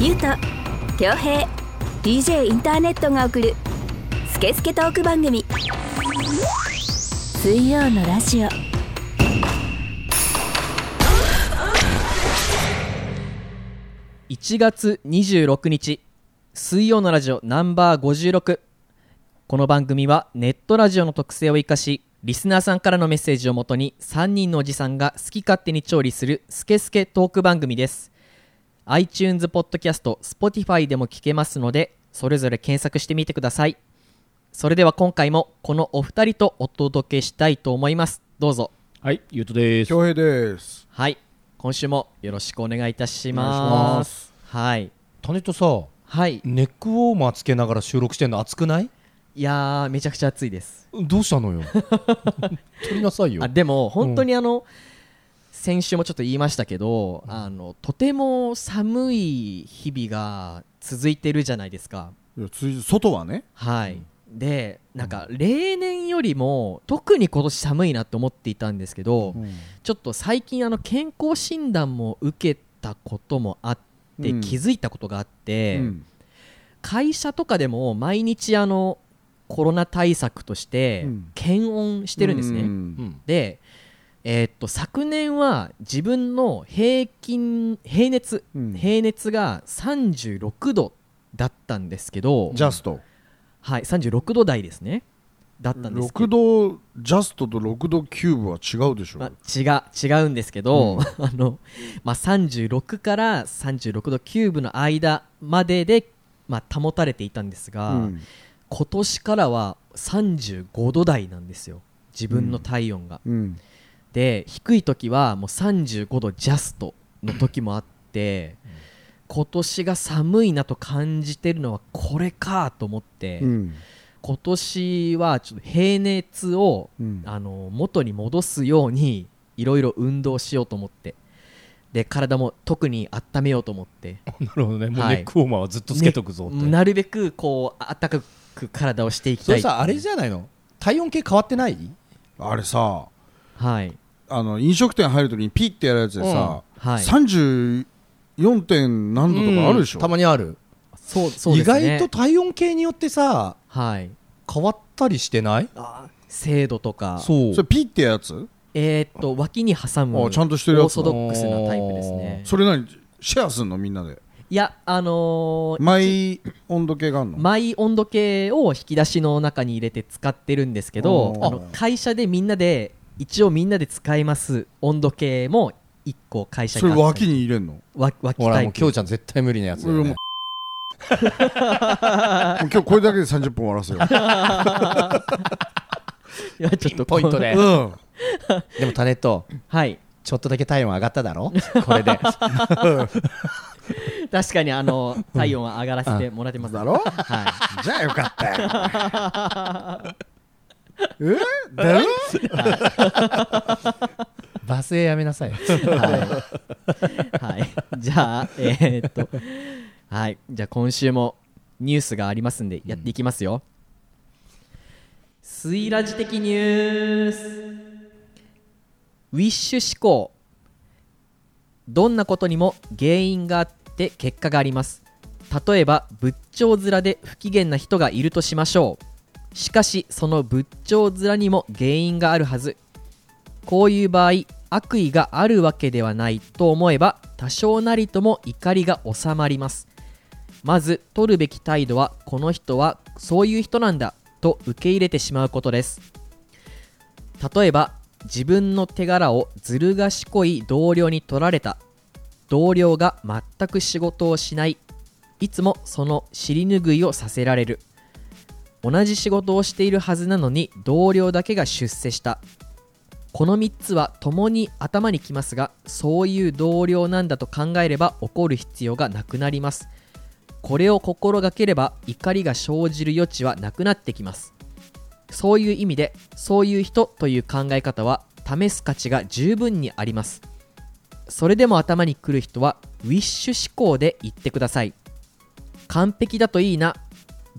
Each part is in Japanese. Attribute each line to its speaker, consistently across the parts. Speaker 1: ゆうと恭平 DJ インターネットが送る「スケスケトーク番組」水曜のラジオ
Speaker 2: 1月26日水曜のラジオナンバー56この番組はネットラジオの特性を生かしリスナーさんからのメッセージをもとに3人のおじさんが好き勝手に調理するスケスケトーク番組です iTunes ポッドキャスト Spotify でも聞けますのでそれぞれ検索してみてくださいそれでは今回もこのお二人とお届けしたいと思いますどうぞ
Speaker 3: はい、ゆうとです。
Speaker 4: 恭平です。
Speaker 2: はい今週もよろしくお願いいたし
Speaker 4: お願いし
Speaker 2: ま
Speaker 4: ます
Speaker 2: はい
Speaker 3: タネットさ、
Speaker 2: はい
Speaker 3: ネックウォーマーつけながら収録してんの熱くない
Speaker 2: いやーめちゃくちゃ暑いです
Speaker 3: どうしたのよ。 取りなさいよ
Speaker 2: あ。でも本当にあの、先週もちょっと言いましたけど、あのとても寒い日々が続いてるじゃないですか
Speaker 4: いやつい外はね、
Speaker 2: はい、でなんか例年よりも特に今年寒いなと思っていたんですけど、ちょっと最近あの健康診断も受けたこともあって、
Speaker 4: うん
Speaker 2: 気づいたことがあって、
Speaker 4: うん
Speaker 2: 会社とかでも毎日あのコロナ対策として
Speaker 4: うん
Speaker 2: 検温してるんですね、
Speaker 4: う
Speaker 3: うん。
Speaker 2: で、えーっと昨年は自分の平均平熱、
Speaker 4: うん
Speaker 2: 平熱が36度だったんですけど
Speaker 4: ジャスト。
Speaker 2: はい36度台ですねだったんですけ
Speaker 4: 6
Speaker 2: ど
Speaker 4: 度ジャストと6度キューブは違うでしょ。
Speaker 2: まあ、違う違うんですけど、 あのまあ、36から36度キューブの間までで、まあ、保たれていたんですが、
Speaker 4: うん
Speaker 2: 今年からは35度台なんですよ自分の体温が、
Speaker 4: うん
Speaker 2: で低い時はもう35度ジャストの時もあって、今年が寒いなと感じてるのはこれかと思って、
Speaker 4: うん
Speaker 2: 今年はちょっと平熱を、
Speaker 4: うん
Speaker 2: あの元に戻すようにいろいろ運動しようと思ってで体も特に温めようと思って
Speaker 3: なるほどね。もう
Speaker 2: はい
Speaker 3: ネックウォーマーはずっとつけとくぞって。
Speaker 2: ねなるべくこう温かく体をしていきた
Speaker 3: そ
Speaker 2: い
Speaker 3: れさ、あれじゃないの体温計変わってない
Speaker 4: あれさ、
Speaker 2: はい
Speaker 4: あの飲食店入るときにピッてやるやつでさ、
Speaker 2: はい
Speaker 4: 34点何度とかあるでしょ。
Speaker 3: たまにある。
Speaker 2: そうそうですね
Speaker 3: 意外と体温計によってさ、
Speaker 2: はい
Speaker 3: 変わったりしてない
Speaker 2: 精度とか
Speaker 3: そう
Speaker 4: それ。ピッてやつ？
Speaker 2: えーっと脇に挟む
Speaker 4: あちゃんとしてるやつだ
Speaker 2: オーソドックスなタイプですね
Speaker 4: それ何？シェアすんのみんなで。
Speaker 2: いやあのー
Speaker 4: マイ温度計があるの？
Speaker 2: マイ温度計を引き出しの中に入れて使ってるんですけど
Speaker 4: おー
Speaker 2: あの会社でみんなで一応みんなで使います温度計も1個会社
Speaker 4: そ
Speaker 2: に
Speaker 4: れ
Speaker 2: あったり
Speaker 4: 脇に入れんの？も
Speaker 2: わ脇
Speaker 3: ほら、
Speaker 2: タ
Speaker 3: も
Speaker 2: イ
Speaker 3: うきょ
Speaker 2: プ
Speaker 3: うちゃん絶対無理なやつだ
Speaker 4: う
Speaker 3: よ
Speaker 4: もう
Speaker 3: ね。
Speaker 4: う今日これだけで30分終わらせよ
Speaker 2: い やちょっと
Speaker 3: ポイントで
Speaker 4: う。うん。
Speaker 3: でもタネット、
Speaker 2: はい
Speaker 3: ちょっとだけ体温上がっただろこ れで。
Speaker 2: 確かにあの体温は上がらせてもらって ます
Speaker 4: だろ
Speaker 2: はい
Speaker 4: じゃあよかったよ。えだろ
Speaker 3: 罵声やめなさい。
Speaker 2: はい、はい、じゃあ、えーっと、はい、じゃあ今週もニュースがありますんで、やっていきますよ。スイラジ的ニュース。ウィッシュ思考。どんなことにも原因があって結果があります。例えば、仏頂面で不機嫌な人がいるとしましょう。しかし、その仏頂面にも原因があるはず。こういう場合悪意があるわけではないと思えば多少なりとも怒りが収まりますまず取るべき態度はこの人はそういう人なんだと受け入れてしまうことです例えば自分の手柄をずる賢い同僚に取られた同僚が全く仕事をしないいつもその尻拭いをさせられる同じ仕事をしているはずなのに同僚だけが出世したこの3つは共に頭にきますがそういう同僚なんだと考えれば怒る必要がなくなりますこれを心がければ怒りが生じる余地はなくなってきますそういう意味でそういう人という考え方は試す価値が十分にありますそれでも頭にくる人はウィッシュ思考で言ってください完璧だといいな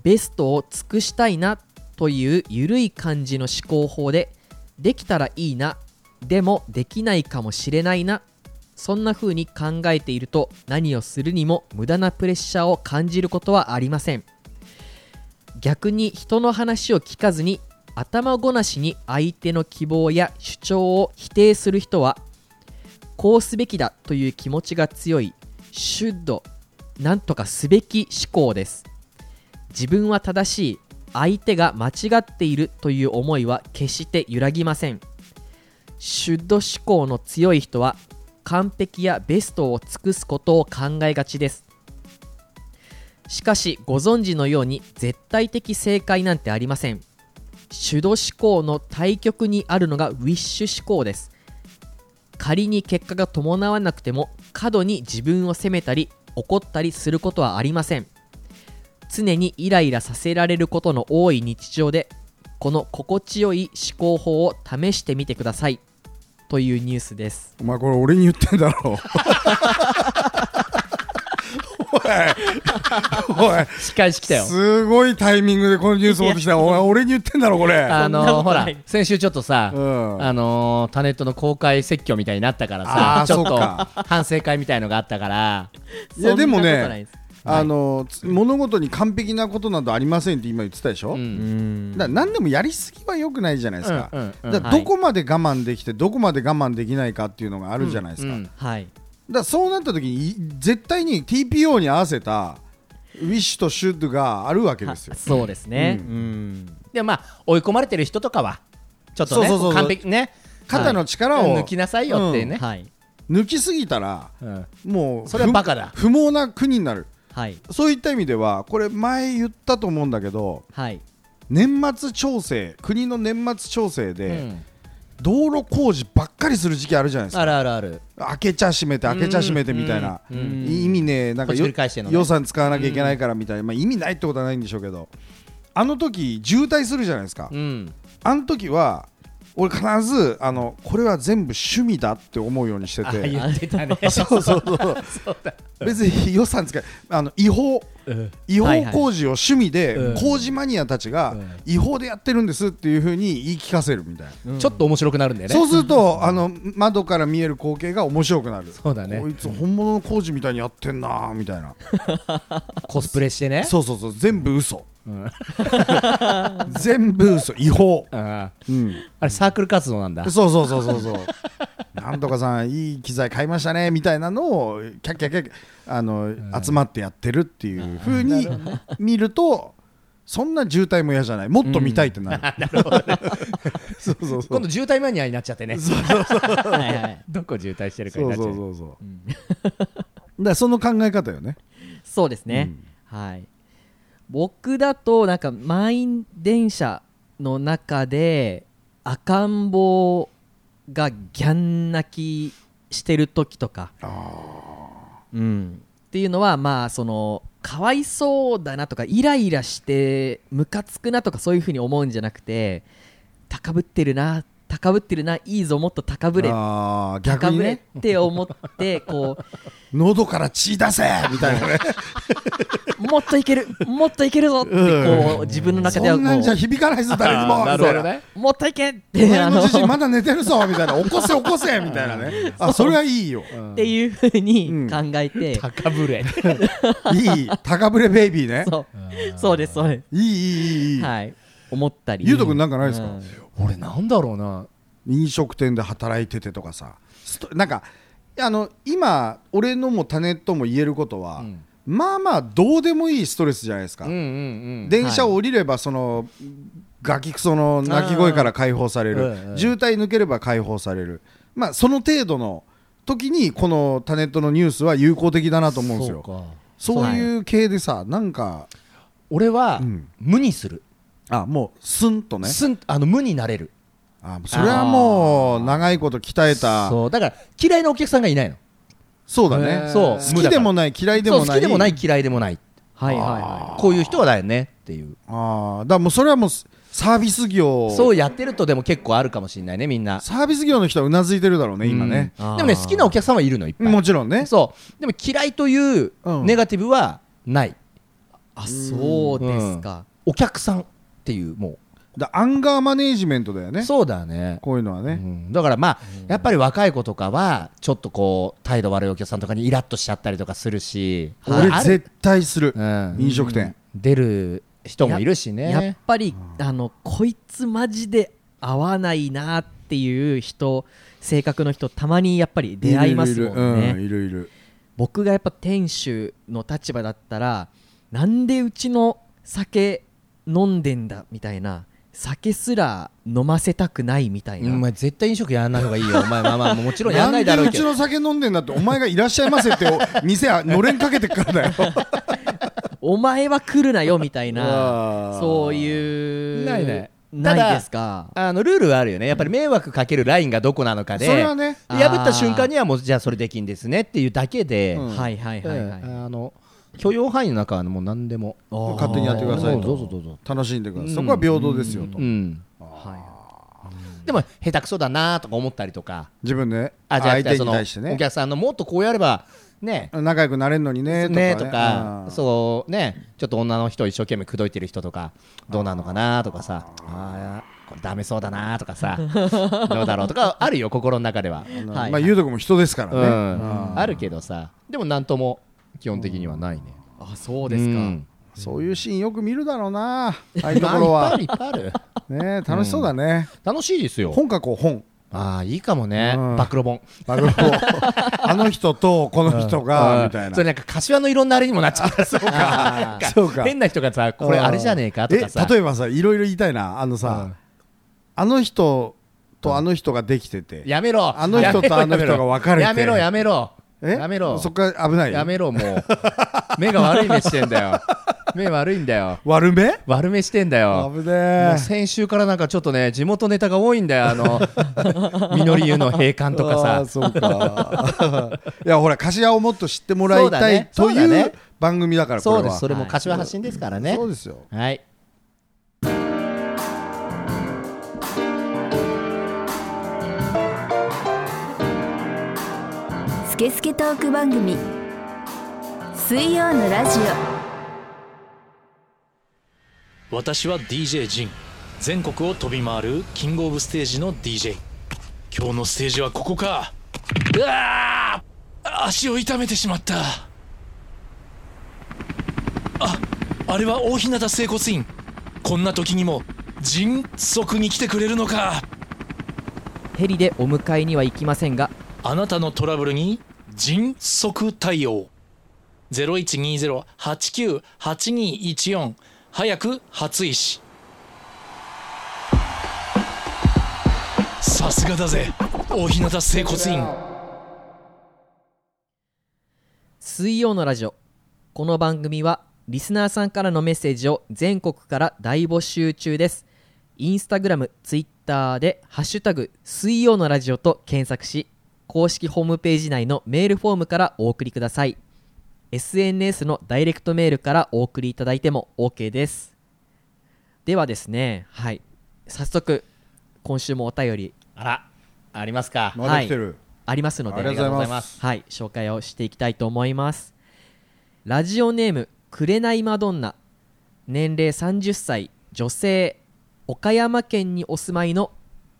Speaker 2: ベストを尽くしたいなという緩い感じの思考法でできたらいいなでもできないかもしれないなそんな風に考えていると何をするにも無駄なプレッシャーを感じることはありません逆に人の話を聞かずに頭ごなしに相手の希望や主張を否定する人はこうすべきだという気持ちが強いシュッドなんとかすべき思考です自分は正しい相手が間違っているという思いは決して揺らぎませんシュッド思考の強い人は完璧やベストを尽くすことを考えがちですしかしご存知のように絶対的正解なんてありません主導思考の対極にあるのがウィッシュ思考です仮に結果が伴わなくても過度に自分を責めたり怒ったりすることはありません常にイライラさせられることの多い日常でこの心地よい思考法を試してみてくださいというニュースです
Speaker 4: お前これ俺に言ってんだろおいおい
Speaker 3: 仕返し来たよ
Speaker 4: すごいタイミングでこのニュース持ってきたお前俺に言ってんだろこれ
Speaker 3: あ
Speaker 2: そ
Speaker 3: の
Speaker 2: んなこと
Speaker 3: ほ
Speaker 2: な
Speaker 3: ら
Speaker 2: い
Speaker 3: 先週ちょっとさ、
Speaker 4: うん
Speaker 3: あのータネットの公開説教みたいになったから
Speaker 4: あ
Speaker 3: さ
Speaker 4: ー
Speaker 3: ちょっ
Speaker 4: そ
Speaker 3: と
Speaker 4: うか
Speaker 3: 反省会みたいのがあったから
Speaker 4: いやでも
Speaker 2: そんなことない
Speaker 4: ね
Speaker 2: です
Speaker 4: あのつ物事に完璧なことなどありませんって今言ってたでしょ、
Speaker 3: うん
Speaker 2: うん
Speaker 4: だから何でもやりすぎはよくないじゃないですか,、
Speaker 3: うんうんうん
Speaker 4: だからどこまで我慢できてどこまで我慢できないかっていうのがあるじゃないですか、
Speaker 3: うん
Speaker 4: だか
Speaker 2: はい
Speaker 4: らそうなった時にい絶対に TPO に合わせたウィッシュとシュッドがあるわけですよ
Speaker 2: あそうですね、
Speaker 3: でもまあ追い込まれてる人とかはちょっとね
Speaker 4: そうそうそうそう
Speaker 3: 完璧ね
Speaker 4: 肩の力を
Speaker 3: 抜きなさいよっていうね、
Speaker 2: はい
Speaker 4: 抜きすぎたら
Speaker 3: うん
Speaker 4: もう
Speaker 3: それは
Speaker 4: ふ
Speaker 3: バカだ
Speaker 4: 不毛な国になる
Speaker 2: はい
Speaker 4: そういった意味ではこれ前言ったと思うんだけど
Speaker 2: はい
Speaker 4: 年末調整国の年末調整
Speaker 3: う
Speaker 4: で
Speaker 3: ん
Speaker 4: 道路工事ばっかりする時期あるじゃないですか
Speaker 3: あるあるある
Speaker 4: 開けちゃ閉めて開けちゃ閉めてみたいな
Speaker 3: うん
Speaker 2: うん
Speaker 4: 意味ねえなんか
Speaker 3: こっち繰
Speaker 4: よ
Speaker 3: り返してんのね
Speaker 4: 予算使わなきゃいけないからみたいなまあ意味ないってことはないんでしょうけどあの時渋滞するじゃないですか
Speaker 3: うん
Speaker 4: あの時は俺必ずあのこれは全部趣味だって思うようにして
Speaker 3: あ
Speaker 4: て
Speaker 3: 言ってたね
Speaker 4: そうそうそう別に予算使いあの違法
Speaker 3: うん
Speaker 4: 違法工事を趣味で
Speaker 3: はいはい
Speaker 4: 工事マニアたちが
Speaker 3: うん
Speaker 4: 違法でやってるんですっていうふうに言い聞かせるみたいな、
Speaker 3: ちょっと面白くなるんだよね
Speaker 4: そうするとあの窓から見える光景が面白くなる
Speaker 3: そうだね
Speaker 4: こいつ本物の工事みたいにやってんなみたいな
Speaker 3: コスプレしてね
Speaker 4: そうそうそう全部嘘 全部嘘違法
Speaker 3: あー
Speaker 4: うん
Speaker 3: あれサークル活動なんだ
Speaker 4: そうそうそうそう そうなんとかさんいい機材買いましたねみたいなのをキャッキャッキャッキャあの、集まってやってるっていうふうに見るとそんな渋滞も嫌じゃないもっと見たいってなる、そうそうそう
Speaker 3: 今度渋滞マニアになっちゃってね
Speaker 2: はい はい
Speaker 3: どこ渋滞してるかに
Speaker 4: そう
Speaker 3: なっちゃ
Speaker 4: そううそうそうだからその考え方よね
Speaker 2: そうですね、はい僕だとなんか満員電車の中で赤ん坊がギャン泣きしてる時とかうん、っていうのはまあそのかわいそうだなとかイライラしてムカつくなとかそういうふうに思うんじゃなくて高ぶってるな高ぶってるないいぞもっと高ぶれ
Speaker 4: ああ逆
Speaker 2: 高
Speaker 4: に
Speaker 2: ぶれっ
Speaker 4: ね
Speaker 2: て思ってこう
Speaker 4: 喉から血出せみたいなね
Speaker 2: もっといけるもっといけるぞってこう自分の中では
Speaker 4: そんなんじゃ
Speaker 2: こ
Speaker 4: 響かないぞ誰に
Speaker 3: あ
Speaker 4: も
Speaker 3: ーなる
Speaker 4: みた
Speaker 3: ほ
Speaker 4: い
Speaker 3: ど
Speaker 4: な
Speaker 3: ね
Speaker 2: うもっといけっ
Speaker 4: お
Speaker 2: て
Speaker 4: 前
Speaker 2: あ
Speaker 4: の
Speaker 2: のっ
Speaker 4: じじいまだ寝てるぞみたいな起こせ起こせみたいなねあそれはいいよ
Speaker 2: ていうふうに考えて、
Speaker 3: 高ぶれ
Speaker 4: いい高ぶれベイビーね
Speaker 2: そうそうですそうで
Speaker 4: いいいいいいい
Speaker 2: す、
Speaker 4: い
Speaker 2: はい思ったり
Speaker 4: ゆうとくんなんかないですか、
Speaker 2: うん
Speaker 3: 俺なんだろうな
Speaker 4: 飲食店で働いててとかさストなんかあの今俺のもタネットも言えることは、
Speaker 3: うん
Speaker 4: まあまあどうでもいいストレスじゃないですか、
Speaker 3: うんうんうん
Speaker 4: 電車を降りればその、ガキクソの鳴き声から解放され
Speaker 3: あーうんう
Speaker 4: る
Speaker 3: ん
Speaker 4: 渋滞抜ければ解放されるまあその程度の時にこのタネットのニュースは有効的だなと思うんですよ
Speaker 3: そうか
Speaker 4: そういう系でさなんか
Speaker 3: 俺は
Speaker 4: うん
Speaker 3: 無にする
Speaker 4: あもうスンとね
Speaker 3: すんあの無になれる
Speaker 4: あそれはもう長いこと鍛えたそう
Speaker 3: そうだから嫌いなお客さんがいないの
Speaker 4: だ
Speaker 3: へ
Speaker 4: ね
Speaker 3: ーそう
Speaker 4: 好きでもない嫌いでも
Speaker 3: そう
Speaker 4: な
Speaker 3: 好
Speaker 4: い
Speaker 3: きでもない嫌いでもない
Speaker 2: はいはいは
Speaker 3: こういう人はだよねっていう
Speaker 4: ああだからもうそれはもうサービス業
Speaker 3: そうやってるとでも結構あるかもしれないねみんな
Speaker 4: サービス業の人はうなずいてるだろうね今ね、
Speaker 3: うんでもね
Speaker 2: あー
Speaker 3: 好きなお客さんはいるのいっぱい
Speaker 4: もちろんね
Speaker 3: そうでも嫌いという
Speaker 4: うん
Speaker 3: ネガティブはない
Speaker 2: いあそうですか、
Speaker 3: お客さんっていうもう
Speaker 4: だアンガーマネージメントだよね
Speaker 3: そうだね
Speaker 4: こういうのは
Speaker 3: う
Speaker 4: ね、
Speaker 3: ん、だからまあ、やっぱり若い子とかはちょっとこう態度悪いお客さんとかにイラッとしちゃったりとかするしあ
Speaker 4: 俺
Speaker 3: る
Speaker 4: 絶対する、
Speaker 3: うん
Speaker 4: 飲食店、
Speaker 3: 出る人もいるし
Speaker 2: やっ
Speaker 3: ね
Speaker 2: ぱりあのこいつマジで合わないなっていう人性格の人たまにやっぱり出会いますもんね
Speaker 4: いるいるいるうんいるいる
Speaker 2: 僕がやっぱ店主の立場だったらなんでうちの酒飲んでんだみたいな酒すら飲ませたくないみたい
Speaker 3: お
Speaker 2: な、
Speaker 3: 前絶対飲食やらない方がい いよお前まあまあもちろんやらないだろうけど
Speaker 4: なんでうちの酒飲んでんだってお前がいらっしゃいませ ってお店はのれんかけてっからだよ
Speaker 2: お前は来るなよみたい
Speaker 4: あ
Speaker 2: な
Speaker 4: ー
Speaker 2: そういう
Speaker 3: ないね
Speaker 2: な
Speaker 3: ただ
Speaker 2: いですか
Speaker 3: あのルールはあるよねやっぱり迷惑かけるラインがどこなのかで
Speaker 4: それはね
Speaker 2: あー
Speaker 3: 破った瞬間にはもうじゃあそれできんですねっていうだけで、
Speaker 4: うん
Speaker 2: はいはいはいはい、
Speaker 3: うんあの許容範囲の中はもう何でも
Speaker 2: おー
Speaker 4: 勝手にやってくださいと
Speaker 3: どうぞどうぞ、
Speaker 4: 楽しんでください、そこは平等ですよと、
Speaker 3: うん、
Speaker 2: は
Speaker 3: でも下手くそだなとか思ったりとか
Speaker 4: 自分で
Speaker 3: あじゃあ
Speaker 4: 相手
Speaker 3: そ
Speaker 4: に
Speaker 3: の
Speaker 4: 対して
Speaker 3: お
Speaker 4: ね
Speaker 3: 客さんのもっとこうやればね
Speaker 4: 仲良くなれるのにねとかね
Speaker 3: ねとか
Speaker 4: うん
Speaker 3: そうねちょっと女の人一生懸命口説いてる人とかどうなのかなとかさあーこれダメそうだなとか さどうだろうとかあるよ心の中では、
Speaker 4: あの
Speaker 2: はい
Speaker 4: まあゆうとくんも人ですからね、
Speaker 3: うん、あるけどさでも何とも基本的にはないね、
Speaker 2: い、あそうですか、
Speaker 3: ん
Speaker 4: そういうシーンよく見るだろうなああ
Speaker 3: まあ
Speaker 4: いうところは
Speaker 3: っぱいあるいっぱいある
Speaker 4: ね楽しそうだね、
Speaker 3: 楽しいですよ
Speaker 4: 本かこう本
Speaker 3: ああいいかもね
Speaker 4: うん
Speaker 3: 暴露本
Speaker 4: マグロあの人とこの人
Speaker 3: う
Speaker 4: が
Speaker 3: ん
Speaker 4: みたいな
Speaker 3: それなんか柏のいろんなあれにもなっちゃ うそうか
Speaker 4: そうか
Speaker 3: 変な人がさこれあれじゃねえかとかさ
Speaker 4: え例えばさいろいろ言いたいなあのさ、
Speaker 3: うん
Speaker 4: あの人とあの人ができてて、
Speaker 3: やめろ
Speaker 4: あの人とあの人が別れて
Speaker 3: やめろやめろ
Speaker 4: え
Speaker 3: やめろ
Speaker 4: そっから危ない
Speaker 3: やめろもう目が悪い目してんだ よ目悪いんだよ
Speaker 4: 悪め
Speaker 3: 悪目してんだ
Speaker 4: 危
Speaker 3: よ
Speaker 4: ね
Speaker 3: も
Speaker 4: え
Speaker 3: う先週からなんかちょっとね地元ネタが多いんだよあ のみのり湯の閉館とか
Speaker 4: あ
Speaker 3: さ
Speaker 4: ーそうか いやほら柏をもっと知ってもらい
Speaker 3: そう
Speaker 4: た
Speaker 3: だ
Speaker 4: い、
Speaker 3: ね
Speaker 4: と
Speaker 3: そうだ
Speaker 4: い
Speaker 3: ね
Speaker 4: う番組だからこ
Speaker 3: そ
Speaker 4: れは
Speaker 3: うですそれも柏発信ですからね
Speaker 4: そうですよ
Speaker 3: はい
Speaker 1: スケスケトーク番組水曜のラジ
Speaker 5: 私は DJ ジン全国を飛び回るキングオブステージの DJ 今日のステージはここかうわあ足を痛めてしまったああれは大日向整骨院こんな時にも迅速に来てくれるのか
Speaker 2: ヘリでお迎えには行きませんが
Speaker 5: あなたのトラブルに迅速対応0120-89-8214早く初石さすがだぜ大日向整骨院
Speaker 2: 水曜のラジオこの番組はリスナーさんからのメッセージを全国から大募集中ですインスタグラムツイッターで「ハッシュタグ水曜のラジオ」と検索し公式ホームページ内のメールフォームからお送りください SNS のダイレクトメールからお送りいただいても OK ですではですねはい早速今週もお便り
Speaker 3: あらありますか
Speaker 4: まだ来てる、
Speaker 2: ありますので
Speaker 4: ありがとうございます
Speaker 2: はい、紹介をしていきたいと思います。ラジオネーム、くれないマドンナ。年齢30歳、女性。岡山県にお住まいの、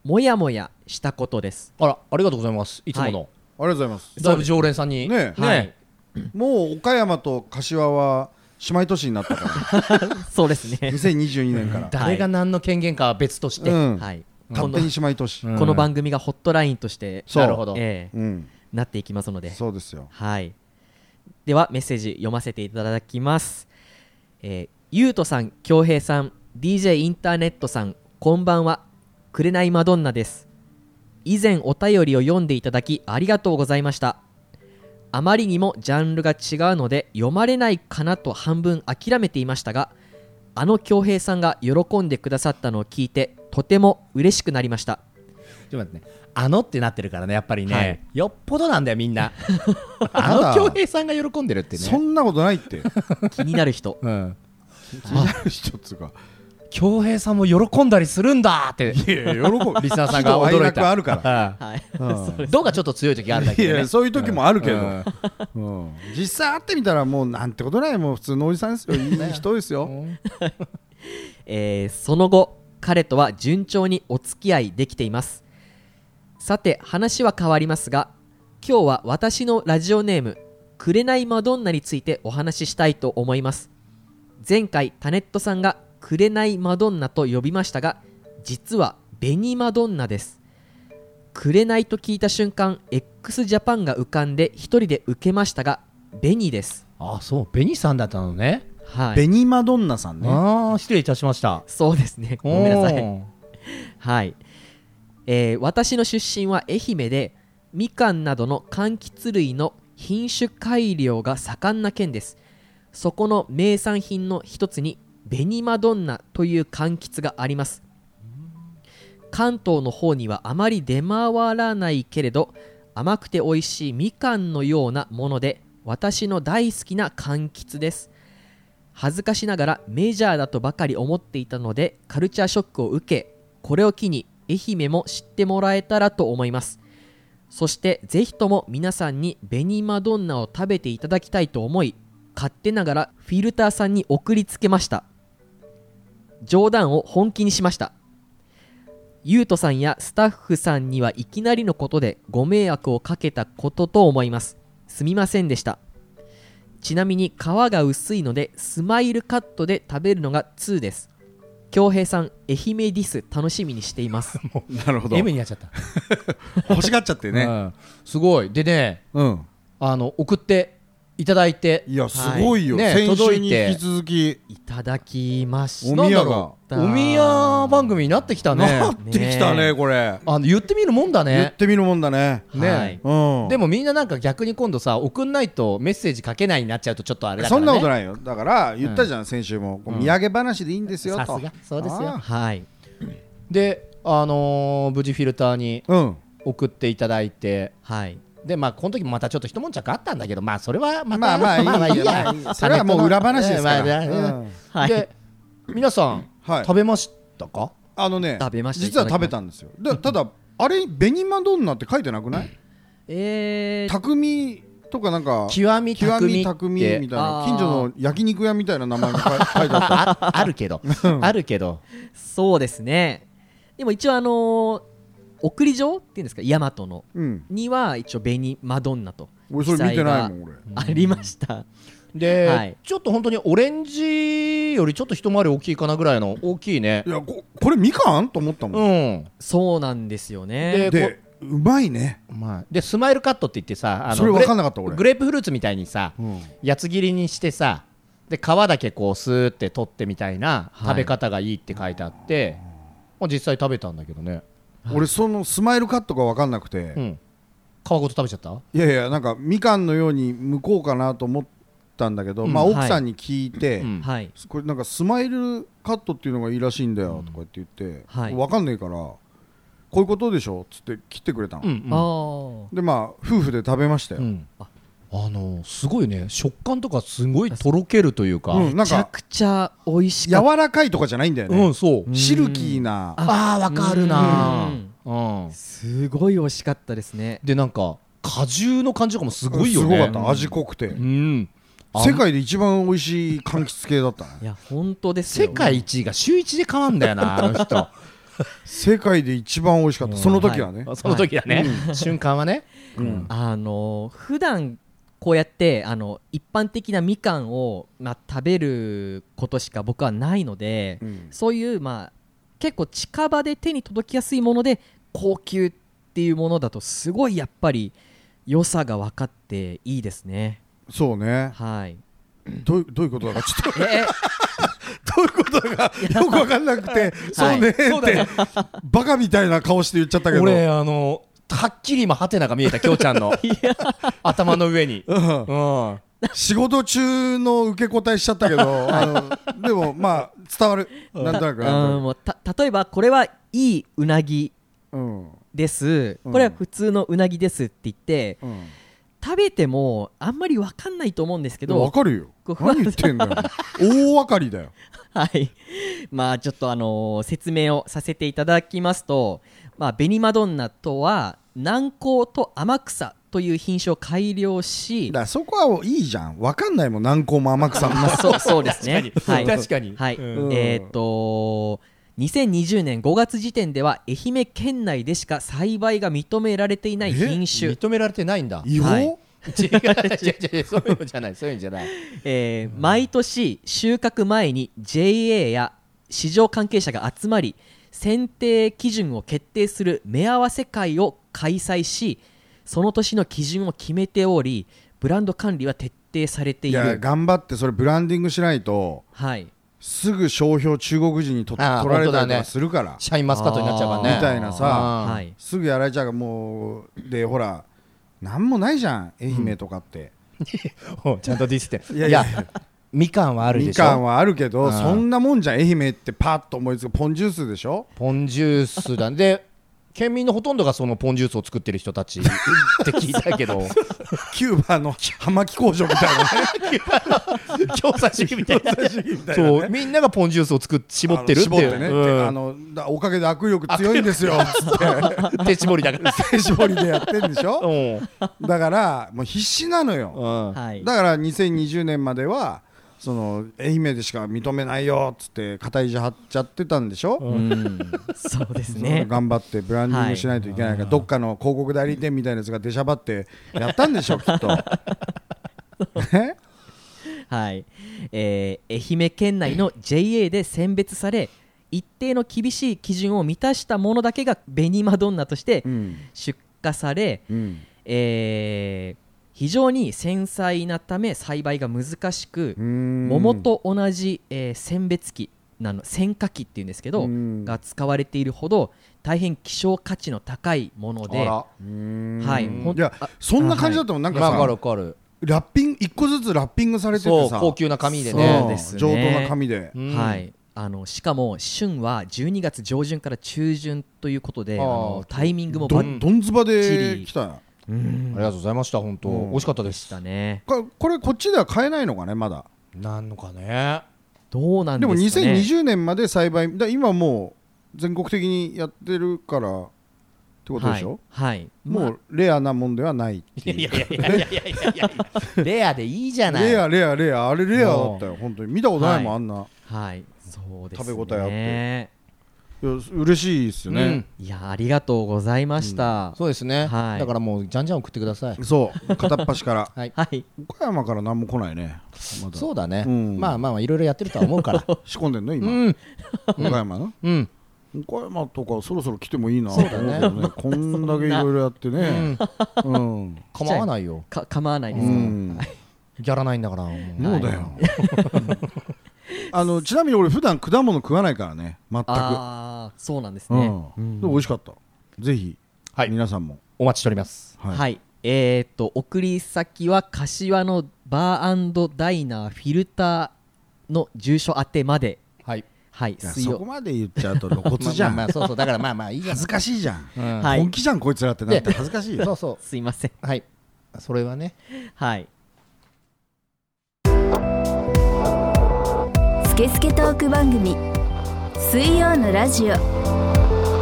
Speaker 2: もやもやしたことです。
Speaker 3: あらありがとうございますいつも
Speaker 2: は
Speaker 3: の
Speaker 4: ありがとうございます
Speaker 3: だいぶ常連さんに
Speaker 4: ねえ
Speaker 2: はい
Speaker 3: ね
Speaker 4: もう岡山と柏は姉妹都市になったから
Speaker 2: そうです ね。
Speaker 4: 2022年から、
Speaker 3: 誰が何の権限かは別として
Speaker 4: うん
Speaker 2: はい。こ
Speaker 4: 勝
Speaker 2: の
Speaker 4: 手に姉妹都市、
Speaker 3: うん
Speaker 2: この番組がホットラインとして、
Speaker 4: そう
Speaker 3: なるほど
Speaker 2: ええ
Speaker 4: うん、
Speaker 2: なっていきますので。
Speaker 4: そうですよ
Speaker 2: はい。ではメッセージ読ませていただきます。えー、ゆうとさん、きょうへいさん、DJ インターネットさん、こんばんは。くれないマドンナです。以前お便りを読んでいただきありがとうございました。あまりにもジャンルが違うので読まれないかなと半分諦めていましたが、あのきょうへいさんが喜んでくださったのを聞いてとても嬉しくなりました。
Speaker 3: ちょっと待ってねあのってなってるからねやっぱりね、
Speaker 2: はい
Speaker 3: よっぽどなんだよみんな
Speaker 4: あ
Speaker 3: あ
Speaker 4: な
Speaker 3: の
Speaker 4: た
Speaker 3: 恭平さんが喜んでるって
Speaker 4: そ
Speaker 3: ね。
Speaker 4: んなことないって
Speaker 2: 気になる人
Speaker 3: うん
Speaker 4: 一つ が
Speaker 3: 恭平さんも喜んだりするんだって リス
Speaker 4: いや喜ぶ
Speaker 3: ナーさんが驚い
Speaker 4: 喜怒哀楽
Speaker 3: た
Speaker 4: あるから
Speaker 3: ら
Speaker 2: はい。
Speaker 3: 度がちょっと強い時があるだけ
Speaker 4: い
Speaker 3: で、ね
Speaker 4: や、そういう時もあるけど、
Speaker 3: う
Speaker 4: うん
Speaker 3: ん
Speaker 4: 実際会ってみたらもうなんてことないもう普通のおじさんですよいい人ですよ、
Speaker 2: えーその後彼とは順調にお付き合いできていますさて話は変わりますが今日は私のラジオネーム「紅マドンナ」についてお話ししたいと思います前回タネットさんが「紅マドンナ」と呼びましたが実は「紅マドンナ」です紅と聞いた瞬間 x ジャパンが浮かんで一人で受けましたが紅です
Speaker 3: あそう紅さんだったのね
Speaker 2: はい
Speaker 4: 紅マドンナさんね
Speaker 3: ああ失礼いたしました
Speaker 2: そうですねごめんなさい
Speaker 3: おー
Speaker 2: はい、えー私の出身は愛媛でみかんなどの柑橘類の品種改良が盛んな県ですそこの名産品の一つに紅マドンナという柑橘があります関東の方にはあまり出回らないけれど甘くて美味しいみかんのようなもので私の大好きな柑橘です恥ずかしながらメジャーだとばかり思っていたのでカルチャーショックを受けこれを機に愛媛も知ってもらえたらと思いますそしてぜひとも皆さんに紅マドンナを食べていただきたいと思い勝手ながらフィルターさんに送りつけました冗談を本気にしましたゆうとさんやスタッフさんにはいきなりのことでご迷惑をかけたことと思いますすみませんでしたちなみに皮が薄いのでスマイルカットで食べるのが2です恭平さん愛媛ディス楽しみにしています
Speaker 4: なるほど
Speaker 3: M になっちゃった
Speaker 4: 欲しがっちゃって
Speaker 3: う
Speaker 4: ね
Speaker 3: んすごいでね
Speaker 4: うん
Speaker 3: あの送っていただいて
Speaker 4: いやすごいよ
Speaker 3: はいね
Speaker 4: 先週に
Speaker 3: 届いて
Speaker 4: 引き続き
Speaker 2: いただきまし
Speaker 4: お
Speaker 2: た
Speaker 4: みや
Speaker 3: なんだ
Speaker 4: が
Speaker 3: ろうおみや番組になってきたね
Speaker 4: なってきたねこれ
Speaker 3: あの言ってみるもんだ
Speaker 4: 言っ
Speaker 3: ね
Speaker 4: てみるもんだね
Speaker 2: ねはい
Speaker 4: うん
Speaker 3: でもみんななんか逆に今度さ送んないとメッセージ書けないになっちゃうとちょっとあれだか
Speaker 4: そ
Speaker 3: ら
Speaker 4: ん
Speaker 3: ね
Speaker 4: なことないよだから言ったじゃん先週もこう土産話でいいんですよ
Speaker 3: さ
Speaker 4: と
Speaker 3: すがそうですよ
Speaker 4: あ
Speaker 2: はい
Speaker 3: であのー無事フィルターに
Speaker 4: ーうん
Speaker 3: 送っていただいて
Speaker 2: はい
Speaker 3: でまあこの時もまたちょっと一悶着あったんだけどまあそれはまた
Speaker 4: まあまあいいまあいいやそれはもう裏話ですか
Speaker 3: まあ
Speaker 4: ら
Speaker 3: まあ
Speaker 4: うん
Speaker 2: はい
Speaker 3: で皆さん
Speaker 4: はい
Speaker 3: 食べましたか
Speaker 4: あのね
Speaker 2: 食べました
Speaker 4: 実は食べたんですよでただあれ紅マドンナって書いてなくない
Speaker 2: えー、
Speaker 4: 匠とかなんか
Speaker 3: 極み
Speaker 4: 極み
Speaker 3: 匠
Speaker 4: 匠み
Speaker 3: った
Speaker 4: い
Speaker 3: て
Speaker 4: な
Speaker 2: あー
Speaker 4: 近所の焼肉屋みたいな名前が書い書いて あった
Speaker 3: ああるけ どあるけど
Speaker 2: そうですねでも一応あのー送り状っていうんですか大和の
Speaker 4: うん
Speaker 2: には一応紅マドンナと
Speaker 4: 俺それ見てないもん俺
Speaker 2: ありました
Speaker 3: で、
Speaker 2: はい
Speaker 3: ちょっと本当にオレンジよりちょっと一回り大きいかなぐらいの大きいね
Speaker 4: いやここれみかんと思ったもん
Speaker 3: うん
Speaker 2: そうなんですよね
Speaker 3: で
Speaker 4: でうまいね
Speaker 3: まあ、でスマイルカットって言ってさ
Speaker 4: それ分かんなかった
Speaker 3: グレ
Speaker 4: 俺
Speaker 3: グレープフルーツみたいにさ、
Speaker 4: うん
Speaker 3: やつ切りにしてさで皮だけこうスーって取ってみたいな
Speaker 2: はい
Speaker 3: 食べ方がいいって書いてあって、まあ、実際食べたんだけどね、
Speaker 4: 俺そのスマイルカットが分かんなくて
Speaker 3: うん、皮ごと食べちゃった
Speaker 4: いやいやなんかみかんのように向こうかなと思ったんだけど
Speaker 3: うん
Speaker 4: まあ
Speaker 2: はい
Speaker 4: 奥さんに聞いて
Speaker 3: うん
Speaker 2: はい
Speaker 4: これなんかスマイルカットっていうのがいいらしいんだよとかって言って
Speaker 2: はい
Speaker 4: 分かんないからこういうことでしょっつって切ってくれた
Speaker 3: うんう
Speaker 4: の
Speaker 3: ん
Speaker 2: あー
Speaker 4: でまあ夫婦で食べましたよ
Speaker 3: うんあのすごいね食感とかすごいとろけるというか、うん
Speaker 4: うんな
Speaker 2: め
Speaker 4: ん
Speaker 2: ちゃ
Speaker 4: か
Speaker 2: くちゃ美味しかった
Speaker 4: 柔らかいとかじゃないんだよね
Speaker 3: そう
Speaker 4: シルキーな
Speaker 3: ああわかるなうん
Speaker 2: すごい美味しかったですね
Speaker 3: でなんか果汁の感じとかもすごいよ
Speaker 4: す
Speaker 3: ね
Speaker 4: ごかった味濃くて
Speaker 3: うんあ
Speaker 4: 世界で一番美味しい柑橘系だったね
Speaker 2: いや本当ですよ
Speaker 3: 世界一位が週一で変わんだよなあの人
Speaker 4: 世界で一番美味しか ったその時はね
Speaker 3: その時だね、瞬間はね、
Speaker 4: うん
Speaker 2: あの普段こうやってあの一般的なみかんを、まあ、食べることしか僕はないので、
Speaker 4: うん
Speaker 2: そういう、まあ、結構近場で手に届きやすいもので高級っていうものだとすごいやっぱり良さが分かっていいですね
Speaker 4: そうね
Speaker 2: はい
Speaker 4: どういうどういうことだかちょっ
Speaker 2: え
Speaker 4: とどういうことだかよく分かんなくてそうねってバカみたいな顔して言っちゃったけど
Speaker 3: 俺あのはっきり今ハテナが見えたきょうちゃん の頭の上に、
Speaker 4: うん
Speaker 3: うん、
Speaker 4: 仕事中の受け答えしちゃったけどあのでもまあ伝わるなんとなく
Speaker 2: うん
Speaker 4: なんとな
Speaker 2: もうた例えばこれはいいうなぎ
Speaker 4: くうん
Speaker 2: です
Speaker 4: うん
Speaker 2: これは普通のうなぎですって言って、
Speaker 4: うん
Speaker 2: 食べてもあんまり分かんないと思うんですけど
Speaker 4: わかるよ
Speaker 2: こう
Speaker 4: 何言ってんだよ大分かりだよ
Speaker 2: はい。まあ、ちょっとあのー説明をさせていただきますと、まあ、紅マドンナとは、南高と天草という品種を改良し
Speaker 4: だか、らそこ はいいじゃんわかんないも ん何個も天草 も
Speaker 2: まあ、そう、そうですね。はい。
Speaker 3: 確かに
Speaker 2: はい。
Speaker 3: うん
Speaker 2: えっ、と2020年5月時点では愛媛県内でしか栽培が認められていない品種、
Speaker 3: 認められてないんだ。違う
Speaker 4: 違法、
Speaker 2: はい
Speaker 3: 違う違う、そういうのじゃない、そういうのじゃない。
Speaker 2: えー毎年収穫前に JA や市場関係者が集まり選定基準を決定する目合わせ会を開催しその年の基準を決めておりブランド管理は徹底されて
Speaker 4: い
Speaker 2: い
Speaker 4: や
Speaker 2: る
Speaker 4: 頑張ってそれブランディングしないと
Speaker 2: はい
Speaker 4: すぐ商標中国人にと取
Speaker 3: あー
Speaker 4: ら
Speaker 3: 本
Speaker 4: れ
Speaker 3: 当
Speaker 4: た
Speaker 3: だ
Speaker 4: りと
Speaker 3: ね
Speaker 4: かするから、
Speaker 3: シャインマスカットになっちゃうからね。
Speaker 4: みたいなさ
Speaker 3: うん
Speaker 2: はい
Speaker 4: すぐやられちゃうからもうでほらなんもないじゃん愛媛とかって、
Speaker 3: おちゃんとディスって。
Speaker 4: い
Speaker 3: い
Speaker 4: や
Speaker 3: や
Speaker 4: い
Speaker 3: い
Speaker 4: や
Speaker 3: や、みかんはあるで
Speaker 4: み
Speaker 3: しょ。
Speaker 4: かんはあるけど
Speaker 3: うん
Speaker 4: そんなもんじゃん愛媛ってパッと思いつくポンジュースでし ょ
Speaker 3: ポンジュースだ。で、県民のほとんどがそのポンジュースを作ってる人たちって聞いたけ ど、
Speaker 4: キューバの葉巻工場みたい なね
Speaker 3: 調査主義みたいな。そう、みんながポンジュースを作っ絞ってるって
Speaker 4: 絞っ
Speaker 3: い
Speaker 4: て
Speaker 3: う。
Speaker 4: ね、
Speaker 3: う
Speaker 4: で
Speaker 3: ん
Speaker 4: あのだおかげで握力強 いんですよつって
Speaker 3: 手絞りだから。
Speaker 4: 手 絞りでやってんでし
Speaker 3: う
Speaker 4: ょ
Speaker 3: ん。
Speaker 4: だからもう必死なのよ
Speaker 3: うん
Speaker 2: はい
Speaker 4: だから2020年まではその愛媛でしか認めないよっつって肩肘張っちゃってたんでしょ、
Speaker 2: うんそうです
Speaker 4: その
Speaker 2: ね
Speaker 4: 頑張ってブランディングしないといけないから、どっかの広告代理店みたいなやつが出しゃばってやったんでしょきっと。ね
Speaker 2: はい、えー愛媛県内の JA で選別され一定の厳しい基準を満たしたものだけが紅マドンナとして
Speaker 4: うん
Speaker 2: 出荷され、
Speaker 4: うん
Speaker 2: えー非常に繊細なため栽培が難しく
Speaker 4: うーん
Speaker 2: 桃と同じ、えー選別機なの選果機っていうんですけど
Speaker 4: うん
Speaker 2: が使われているほど大変希少価値の高いもので
Speaker 3: あら
Speaker 4: うーん
Speaker 2: はいほん
Speaker 4: いやそんな感じだったもん、なんかさ
Speaker 3: わかるわかる。
Speaker 4: ラッピング一個ずつラッピングされて
Speaker 3: そ
Speaker 4: て
Speaker 3: う、
Speaker 4: さ
Speaker 3: 高級な紙で
Speaker 2: そう
Speaker 3: ね。
Speaker 2: ですね
Speaker 4: 上等な紙で、
Speaker 3: うん
Speaker 2: はい、あのしかも旬は12月上旬から中旬ということであ
Speaker 3: あー
Speaker 2: のタイミングもバ
Speaker 4: ど
Speaker 2: ッチ
Speaker 4: どんずばで
Speaker 2: リ
Speaker 4: 来たよ
Speaker 3: ありがとうございました、本当。
Speaker 4: うん
Speaker 3: 美味しかった
Speaker 2: リ
Speaker 3: で。
Speaker 2: ですしたね
Speaker 4: ここれこっちでは買えないのかねまだ
Speaker 3: なんのかね。
Speaker 2: どうなん
Speaker 4: で
Speaker 2: ですか
Speaker 4: も
Speaker 2: ね
Speaker 4: 2020年まで栽培だ今もう全国的にやってるからってことでしょ、
Speaker 2: はい、はい、
Speaker 4: もうレアなもんではないっていう
Speaker 3: レアでいいじゃない。
Speaker 4: レアレアレアあれレアだったよ本当に見たことないも
Speaker 2: は
Speaker 4: ん、
Speaker 2: い
Speaker 4: あんな
Speaker 2: はい、そうですね
Speaker 4: 食べ応えいや嬉しいですよね、
Speaker 2: いやありがとうございました、
Speaker 3: そうですね。
Speaker 2: はい
Speaker 3: だからもうじゃんじゃん送ってください。
Speaker 4: そう片っ端から
Speaker 3: はい。
Speaker 2: はい
Speaker 4: 岡山から何も来ないねまだ
Speaker 3: そうだね。
Speaker 4: うん
Speaker 3: まあまあまあいろいろやってるとは思うから。
Speaker 4: 仕込んでんの今、
Speaker 3: うん
Speaker 4: 岡山の
Speaker 3: うん。
Speaker 4: 岡山とかそろそろ来てもいいなと思うけどねこんだけいろいろやってね、うん
Speaker 3: 構わないよ。
Speaker 2: か構わないで
Speaker 4: う
Speaker 2: すか、
Speaker 4: ん
Speaker 3: やらないんだから。もう
Speaker 4: そうだよあのちなみに俺普段果物食わないからね全く、
Speaker 2: ああそうなんです
Speaker 4: う
Speaker 2: ね、
Speaker 4: んでも美味しかったぜひ、
Speaker 3: はい
Speaker 4: 皆さんも
Speaker 3: お待ちしております。
Speaker 4: は
Speaker 2: はい、えー、っと送り先は柏のバーダイナーフィルターの住所宛てまで
Speaker 3: はい。
Speaker 2: はい
Speaker 4: いや
Speaker 2: 水
Speaker 4: そこ
Speaker 2: 曜
Speaker 4: まで言っちゃうと露骨じゃん
Speaker 3: まあまあまあそうそうだからまあまあいいじゃん
Speaker 4: 恥ずかしいじゃん、
Speaker 3: うん
Speaker 2: はい
Speaker 4: 本気じゃんこいつらってなって恥ずかしい よ
Speaker 3: そうそ
Speaker 2: すいません
Speaker 3: う。はい。それはね。
Speaker 2: はい
Speaker 1: スケスケトーク番組水曜のラジオ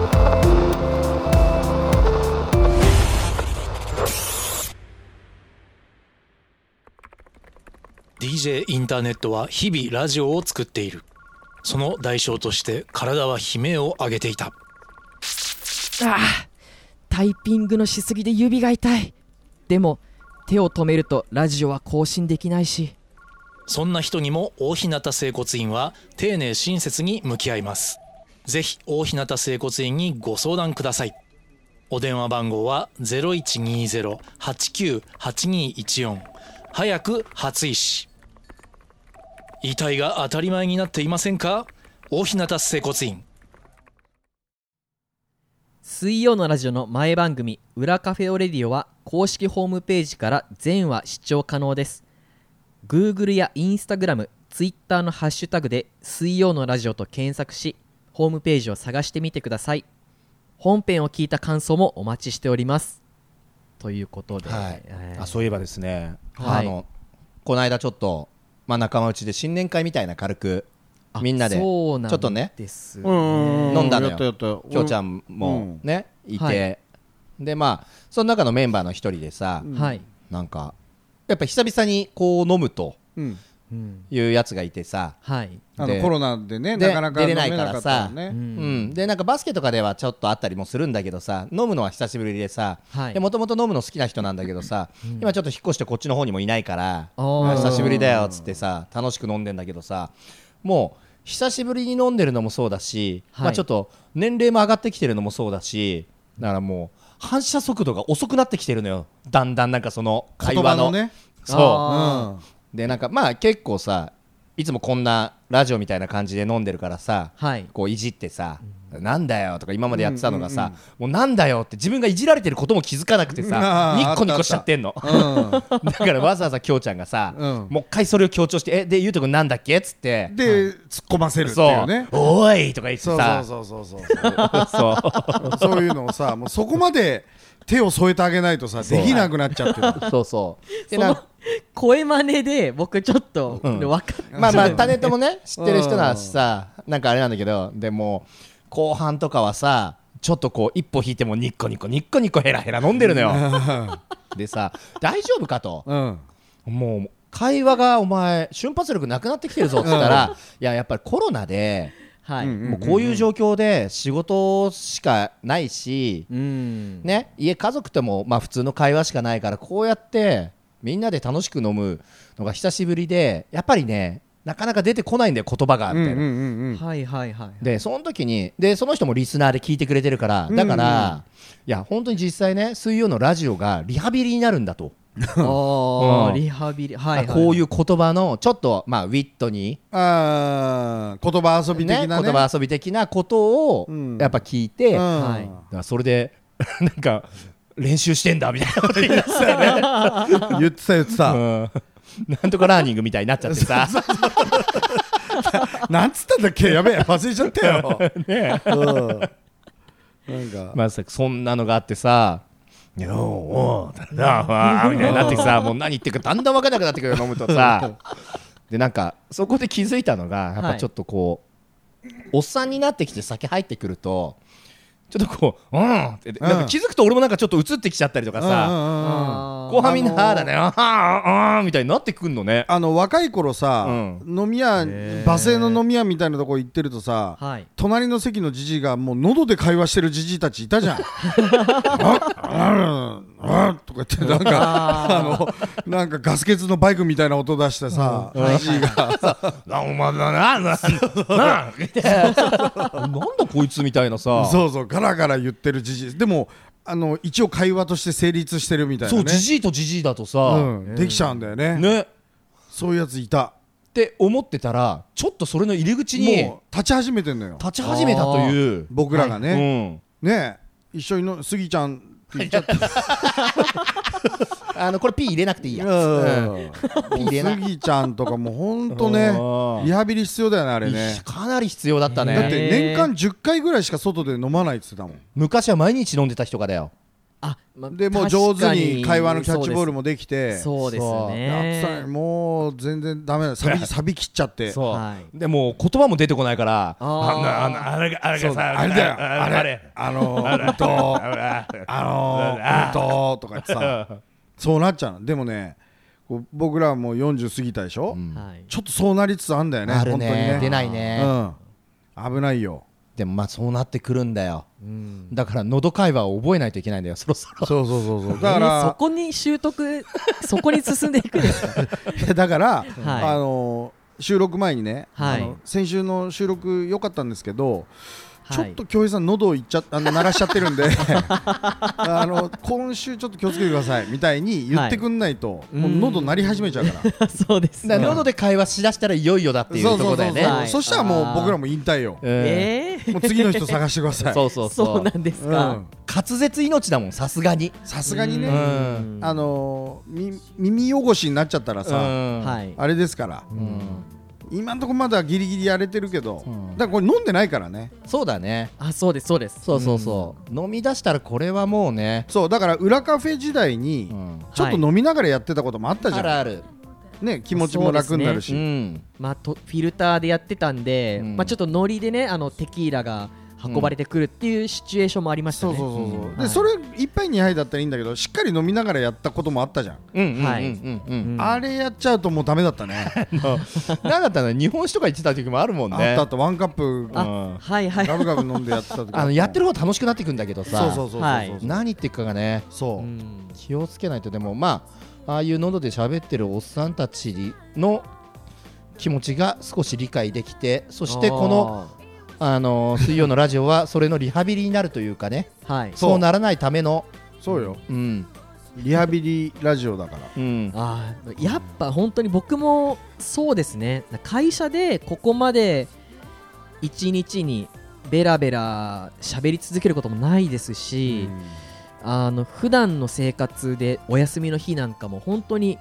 Speaker 5: 「DJ インターネット」は日々ラジオを作っているその代償として体は悲鳴を上げていた
Speaker 2: タイピングのしすぎで指が痛いでも手を止めるとラジオは更新できないし
Speaker 5: そんな人にも大日向整骨院は丁寧親切に向き合います。ぜひ大日向整骨院にご相談ください。お電話番号は0120-89-8214早く初医師。遺体が当たり前になっていませんか大日向整骨院。
Speaker 2: 水曜のラジオの前番組「裏カフェオレディオ」は公式ホームページから全話視聴可能です Google や InstagramTwitter のハッシュタグで「水曜のラジオ」と検索しホームページを探してみてください本編を聞いた感想もお待ちしておりますということで、えー
Speaker 3: あそういえばですね。
Speaker 2: は
Speaker 3: あ
Speaker 2: い
Speaker 3: のこの間ちょっとまあ仲間内で新年会みたいな軽く
Speaker 2: あ
Speaker 3: みんなでち
Speaker 2: そうなん
Speaker 3: ょっとね
Speaker 2: ですね
Speaker 4: うん
Speaker 3: 飲んだのよ
Speaker 4: やったやった
Speaker 3: きょうちゃ
Speaker 4: も
Speaker 3: ん
Speaker 4: うん
Speaker 3: もね、いて、
Speaker 2: はい
Speaker 3: でまあその中のメンバーの一人でさ、
Speaker 2: はい
Speaker 3: なんかやっぱ久々にこう飲むと
Speaker 4: うんうん
Speaker 3: いうやつがいてさ、
Speaker 2: はい
Speaker 4: あの
Speaker 3: で
Speaker 4: コロナでね
Speaker 3: で
Speaker 4: なかなか
Speaker 3: 出
Speaker 4: 飲
Speaker 3: れ
Speaker 4: め
Speaker 3: な
Speaker 4: ない
Speaker 3: から
Speaker 4: かった
Speaker 3: さ
Speaker 4: もん、ね
Speaker 3: うんでなんかバスケとかではちょっとあったりもするんだけどさ飲むのは久しぶりでさ
Speaker 2: はい
Speaker 3: もともと飲むの好きな人なんだけどさ、今ちょっと引っ越してこっちの方にもいないから
Speaker 2: あー
Speaker 3: 久しぶりだよっつってさ楽しく飲んでんだけどさもう久しぶりに飲んでるのもそうだし、
Speaker 2: はい
Speaker 3: まあ、ちょっと年齢も上がってきてるのもそうだしだからもう反射速度が遅くなってきてるのよだんだんなんかその会
Speaker 4: 言
Speaker 3: 話
Speaker 4: 葉
Speaker 3: の
Speaker 4: のね
Speaker 3: そう
Speaker 2: あ
Speaker 3: でなんかまあ結構さいつもこんなラジオみたいな感じで飲んでるからさ、
Speaker 2: はい
Speaker 3: こういじってさ「なんだよ」とか今までやってたのがさ「もうなんだよ」って自分がいじられてることも気づかなくてさ
Speaker 4: あー
Speaker 3: ニッコニコ
Speaker 4: あったあった
Speaker 3: しちゃってんの
Speaker 4: う ん
Speaker 3: だからわざわざきょうちゃんがさ、
Speaker 4: うん
Speaker 3: もう一回それを強調して「えでゆうとくんなんだっけ?」っつって
Speaker 4: で突っ込ませるって
Speaker 3: そ
Speaker 4: いう
Speaker 3: う
Speaker 4: ね
Speaker 3: 「おい!」とか言って
Speaker 4: そう
Speaker 3: さ
Speaker 4: そうそうそうそう
Speaker 3: そう
Speaker 4: そういうのをさもうそこまで手を添えてあげないとさ
Speaker 3: そう
Speaker 4: できなくなっ ちゃってる
Speaker 3: そうそうで
Speaker 2: そ
Speaker 3: なん
Speaker 2: の
Speaker 3: か
Speaker 2: 声真似で僕ちょっと
Speaker 3: うん
Speaker 2: 分かった
Speaker 3: まあまあタネットもね知ってる人だしさなんかあれなんだけどでも後半とかはさちょっとこう一歩引いてもニッコニコニッコニコヘラヘラ飲んでるのよでさ大丈夫かと
Speaker 4: うん
Speaker 3: もう会話がお前瞬発力なくなってきてるぞっつったらいややっぱりコロナで
Speaker 2: はい
Speaker 4: うん
Speaker 3: もうこういう状況で仕事しかないし
Speaker 2: うん
Speaker 3: ね家家族ともまあ普通の会話しかないからこうやってみんなで楽しく飲むのが久しぶりでやっぱりねなかなか出てこないんだよ言葉がみたいな。
Speaker 4: うんうんうんうん
Speaker 2: はいはいはい
Speaker 3: でその時にでその人もリスナーで聞いてくれてるからだから、いや本当に実際ね水曜のラジオがリハビリになるんだと、
Speaker 2: あ
Speaker 3: う
Speaker 2: あ
Speaker 3: ん
Speaker 2: リハビリはいはい
Speaker 3: こういう言葉のちょっと、まあ、ウィットに、
Speaker 4: あー言葉遊び
Speaker 3: ね
Speaker 4: 的なね
Speaker 3: 言葉遊び的なことを
Speaker 4: うん
Speaker 3: やっぱ聞いて、だか
Speaker 4: うん
Speaker 2: はい
Speaker 3: らそれで なんか練習してんだみたいなこと言い出したよね、
Speaker 4: 言ってた言って
Speaker 3: う
Speaker 4: た
Speaker 3: んなんとかラーニングみたいになっちゃって さ
Speaker 4: なんつったんだっけやべえ忘れちゃったよねなんか
Speaker 3: まさかそんなのがあってさ「おうおうだなわあ」 みたいになってさもう何言ってるかだんだん分からなくなってくるよ飲むと さでなんかそこで気づいたのがやっ
Speaker 2: は
Speaker 3: ぱ
Speaker 2: い
Speaker 3: ちょっとこう、おっさんになってきて酒入ってくるとちょっとこう「うん」ってなんか気づくと俺もなんかちょっと映ってきちゃったりとか
Speaker 4: うん
Speaker 3: さ、
Speaker 4: うんうんうん
Speaker 2: あー
Speaker 3: 後半みんな「
Speaker 4: あのー
Speaker 3: ああだねああああ」みたいになってくんのね。
Speaker 4: あの若い頃さ、
Speaker 3: う
Speaker 4: 飲み屋
Speaker 2: へー
Speaker 4: 馬製の飲み屋みたいなとこ行ってるとさ、
Speaker 2: はい
Speaker 4: 隣の席のじじいがもう喉で会話してるじじいたちいたじゃん。あああとか言ってなんかあのなんかガス欠のバイクみたいな音出してさ、じじいが
Speaker 3: なお前だな、な、な、な、みたいななんだこいつみたいなさ。
Speaker 4: そうそうガラガラ言ってるじじいでもあの一応会話として成立してるみたいな
Speaker 3: そう、
Speaker 4: ね
Speaker 3: じじいとじじいだとさ、
Speaker 4: うん、できちゃうんだよね
Speaker 3: ね。
Speaker 4: そういうやついた
Speaker 3: って思ってたらちょっとそれの入り口に
Speaker 4: もう立ち始めてんのよ
Speaker 3: 立ち始めたという、
Speaker 4: 僕らが
Speaker 3: う
Speaker 4: ね、
Speaker 3: ん、
Speaker 4: ね一緒にのスギちゃんって言っちゃった
Speaker 3: あのこれ P 入れなくていいや、
Speaker 4: うん
Speaker 3: ピー入れな
Speaker 4: スギちゃんとかもうほんとね
Speaker 3: うん
Speaker 4: リハビリ必要だよねあれね
Speaker 3: かなり必要だったね、
Speaker 4: だって年間
Speaker 2: へ
Speaker 4: 10回ぐらいしか外で飲まないって言って
Speaker 3: 昔は毎日飲んでた人がだよ
Speaker 2: あま
Speaker 4: たもんでもう上手に
Speaker 2: 確か
Speaker 4: 会話のキャッチボールもできて
Speaker 2: そうですそうです
Speaker 4: やってたの
Speaker 2: ね
Speaker 4: にもう全然ダメ だサビサビ切っちゃって
Speaker 3: そう、
Speaker 2: はい
Speaker 3: でもう言葉も出てこないから
Speaker 2: あー
Speaker 3: んなあんなあれがあれがさ
Speaker 4: あれだよあ
Speaker 3: あ
Speaker 4: れあのーうんと あのーうんととか言ってさそうなっちゃうのでもねこう僕らはもう40過ぎたでしょ
Speaker 2: はい
Speaker 4: ちょっとそうなりつつあんだよね
Speaker 3: ある
Speaker 4: 本当に
Speaker 3: ね出
Speaker 4: ね
Speaker 3: ないね、
Speaker 4: うん危ないよ
Speaker 3: でもまあそうなってくるんだよ、だから喉会話を覚えないといけないんだよそろそろ
Speaker 4: そうそうそうそう
Speaker 2: だ
Speaker 4: だか
Speaker 2: からそ
Speaker 4: ら
Speaker 2: こに習得そこに進んでいくんですか
Speaker 4: いやだか
Speaker 2: は
Speaker 4: ら、
Speaker 2: い
Speaker 4: あの収録前にね、
Speaker 2: はい
Speaker 4: あの先週の収録良かったんですけど、ちょっと
Speaker 2: は
Speaker 4: 京平さん喉をいっちゃあの鳴らしちゃってるんで あの今週ちょっと気をつけてくださいみたいに言ってくんないと、もう喉鳴り始めちゃうから
Speaker 2: いそうです
Speaker 3: だ
Speaker 2: ね
Speaker 3: から喉で会話しだしたらいよいよだっていう
Speaker 4: そ
Speaker 3: とこ
Speaker 4: うそう
Speaker 3: ろだ
Speaker 4: そう
Speaker 3: よ
Speaker 4: そ
Speaker 3: ね
Speaker 4: う、
Speaker 2: はい
Speaker 4: そしたらも
Speaker 2: あ
Speaker 4: う
Speaker 2: ー
Speaker 4: 僕らも引退よ
Speaker 3: うん
Speaker 2: ええ
Speaker 4: もう次の人探してくださ い
Speaker 3: そうそうそう
Speaker 2: そうなんです
Speaker 4: う
Speaker 2: か
Speaker 4: ん
Speaker 3: 滑舌命だもんさすがに
Speaker 4: さすがにね、
Speaker 3: うん
Speaker 4: あのみ耳汚しになっちゃったらさ、
Speaker 2: は
Speaker 3: はい
Speaker 4: あれですから、今のところまだギリギリやれてるけど、だからこれ飲んでないからね
Speaker 3: そうだね
Speaker 2: あそうですそうです
Speaker 3: そうそうそう、飲み出したらこれはもうね、
Speaker 4: そうだから裏カフェ時代
Speaker 3: う
Speaker 4: に
Speaker 3: ん、
Speaker 4: ちょっと飲みながらやってたこともあった
Speaker 3: あ
Speaker 4: じゃん、
Speaker 3: るある
Speaker 4: ね、気持ちも楽になるし、
Speaker 3: うん
Speaker 2: まあとフィルターでやってたんで
Speaker 3: うん
Speaker 2: まあちょっとノリでねあのテキーラが運ばれてくるっていうシチュエーションもありました
Speaker 4: そう
Speaker 2: ね。
Speaker 4: そうそうそう、
Speaker 2: んは
Speaker 4: で
Speaker 2: い
Speaker 4: それ一杯二杯だったらいいんだけどしっかり飲みながらやったこともあったじゃん、
Speaker 3: うんうん
Speaker 2: はい
Speaker 3: うんうんうん
Speaker 2: うん
Speaker 4: あれやっちゃうともうダメだったね
Speaker 3: なんだったら日本酒とか言ってた時もあるもんね
Speaker 4: あったあったワンカップ
Speaker 2: あ
Speaker 3: うん
Speaker 2: はいはい
Speaker 4: ガブガブ飲んでやってた時
Speaker 3: あのやってる方楽しくなっていくんだけど
Speaker 4: そうそう
Speaker 3: さ
Speaker 4: そうそうそう、
Speaker 2: はい
Speaker 3: 何言っていくかがね
Speaker 4: そう、
Speaker 2: うん
Speaker 3: 気をつけないとでもまあああいう喉で喋ってるおっさんたちの気持ちが少し理解できてそしてこのあの水曜のラジオはそれのリハビリになるというかね
Speaker 2: あーはい
Speaker 3: そうならないための、
Speaker 4: そうよ
Speaker 3: うん
Speaker 4: リハビリラジオだから
Speaker 3: うん、
Speaker 2: あーやっぱ本当に僕もそうですね会社でここまで一日にベラベラ喋り続けることもないですし、あの普段の生活でお休みの日なんかも本当に、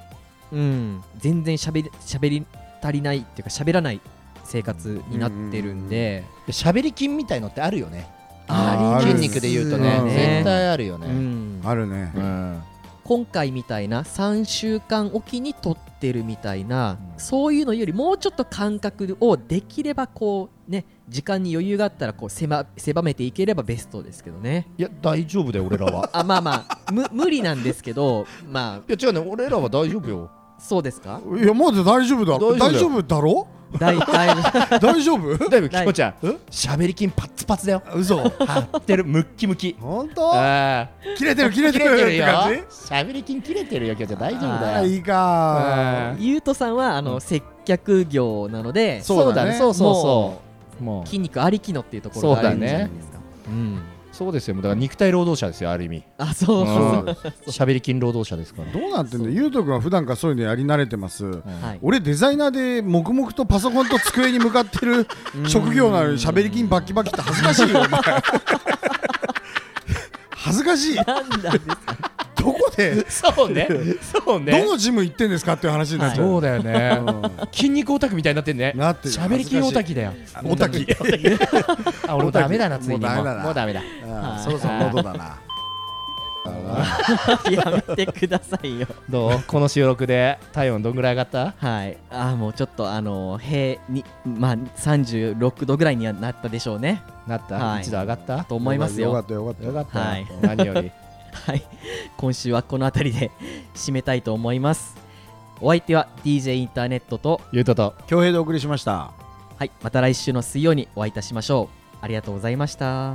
Speaker 2: うん、全然喋り喋り足りないっていうか喋らない生活になってるんで、
Speaker 3: 喋り筋みたいのってあるよね
Speaker 4: あ
Speaker 2: り
Speaker 4: ー
Speaker 3: 筋
Speaker 2: ます
Speaker 3: 肉で言うと
Speaker 4: あ
Speaker 3: ね
Speaker 4: るね
Speaker 3: 絶対あるよ
Speaker 2: う
Speaker 3: ね、
Speaker 2: ん、
Speaker 4: あるね、
Speaker 3: うん
Speaker 2: 今回みたいな3週間おきに撮ってるみたいな、
Speaker 3: うん
Speaker 2: そういうのよりもうちょっと間隔をできればこうね時間に余裕があったらこう狭狭めていければベストですけどね
Speaker 3: いや大丈夫だよ俺らは
Speaker 2: あまあまあむ 無理なんですけどま
Speaker 3: いや違うね俺らは大丈夫よ
Speaker 2: あそうですか
Speaker 4: いやまだ大丈夫だ
Speaker 3: 大丈夫だよ
Speaker 4: 大丈夫だろ
Speaker 2: だいだいぶ
Speaker 4: 大丈夫
Speaker 3: だいぶ
Speaker 2: ない
Speaker 3: キコちゃん喋り筋パッツパツだよ
Speaker 4: 嘘
Speaker 3: 張ってるムッキムキ
Speaker 4: 本当
Speaker 3: あ
Speaker 4: 切れてる切
Speaker 3: ー
Speaker 4: れ
Speaker 3: 切
Speaker 4: て
Speaker 3: れ
Speaker 4: る
Speaker 3: てる
Speaker 4: っ
Speaker 3: よ
Speaker 4: て感じ
Speaker 3: 喋り筋切れてるよキコちゃん大丈夫
Speaker 4: あ
Speaker 3: だ
Speaker 4: ー
Speaker 3: よ
Speaker 4: いいか
Speaker 2: ゆうとさんはあの、接客業なので
Speaker 3: そうだねそうそう
Speaker 2: も
Speaker 3: そうもう
Speaker 2: 筋肉ありきのっていうところがあるんじゃないですかう,、ん
Speaker 3: そうですよだから肉体労働者ですよある意味
Speaker 2: あそうそうう、
Speaker 4: ん
Speaker 3: 喋り筋労働者ですから
Speaker 4: どうなってんだゆうとくんは普段からそういうのやり慣れてます、
Speaker 2: はい
Speaker 4: 俺デザイナーで黙々とパソコンと机に向かってる職業なのに喋り筋バキバキって恥ずかしいよお 前恥ずかしい
Speaker 2: なんだ
Speaker 4: どこで
Speaker 3: そうねそう
Speaker 4: どのジム行ってんですかっていう話になっちゃう、
Speaker 3: そうだよ ね筋肉オタクみたいになってんね
Speaker 4: なってる
Speaker 3: 喋り筋オタキだよ
Speaker 4: オタキ
Speaker 3: あ俺もダメだなついに
Speaker 4: もうダメだな
Speaker 3: もうダメだ
Speaker 4: あーそろそろ喉だな
Speaker 2: やめてくださいよ。
Speaker 3: どうこの収録で体温どんぐらい上がった
Speaker 2: はい。あーもうちょっとあのー平にまあ36度ぐらいにはなったでしょうね。
Speaker 3: なった、
Speaker 2: はい
Speaker 3: 一度上がった
Speaker 2: と思いますよ。
Speaker 4: かったよかった
Speaker 3: よかった、
Speaker 2: はい
Speaker 3: 何より
Speaker 2: はい。今週はこの辺りで 締めたいと思います。お相手は DJ インターネットと
Speaker 3: ゆうとと
Speaker 4: 恭平でお送りしました
Speaker 2: はいまた来週の水曜にお会いいたしましょう。ありがとうございました。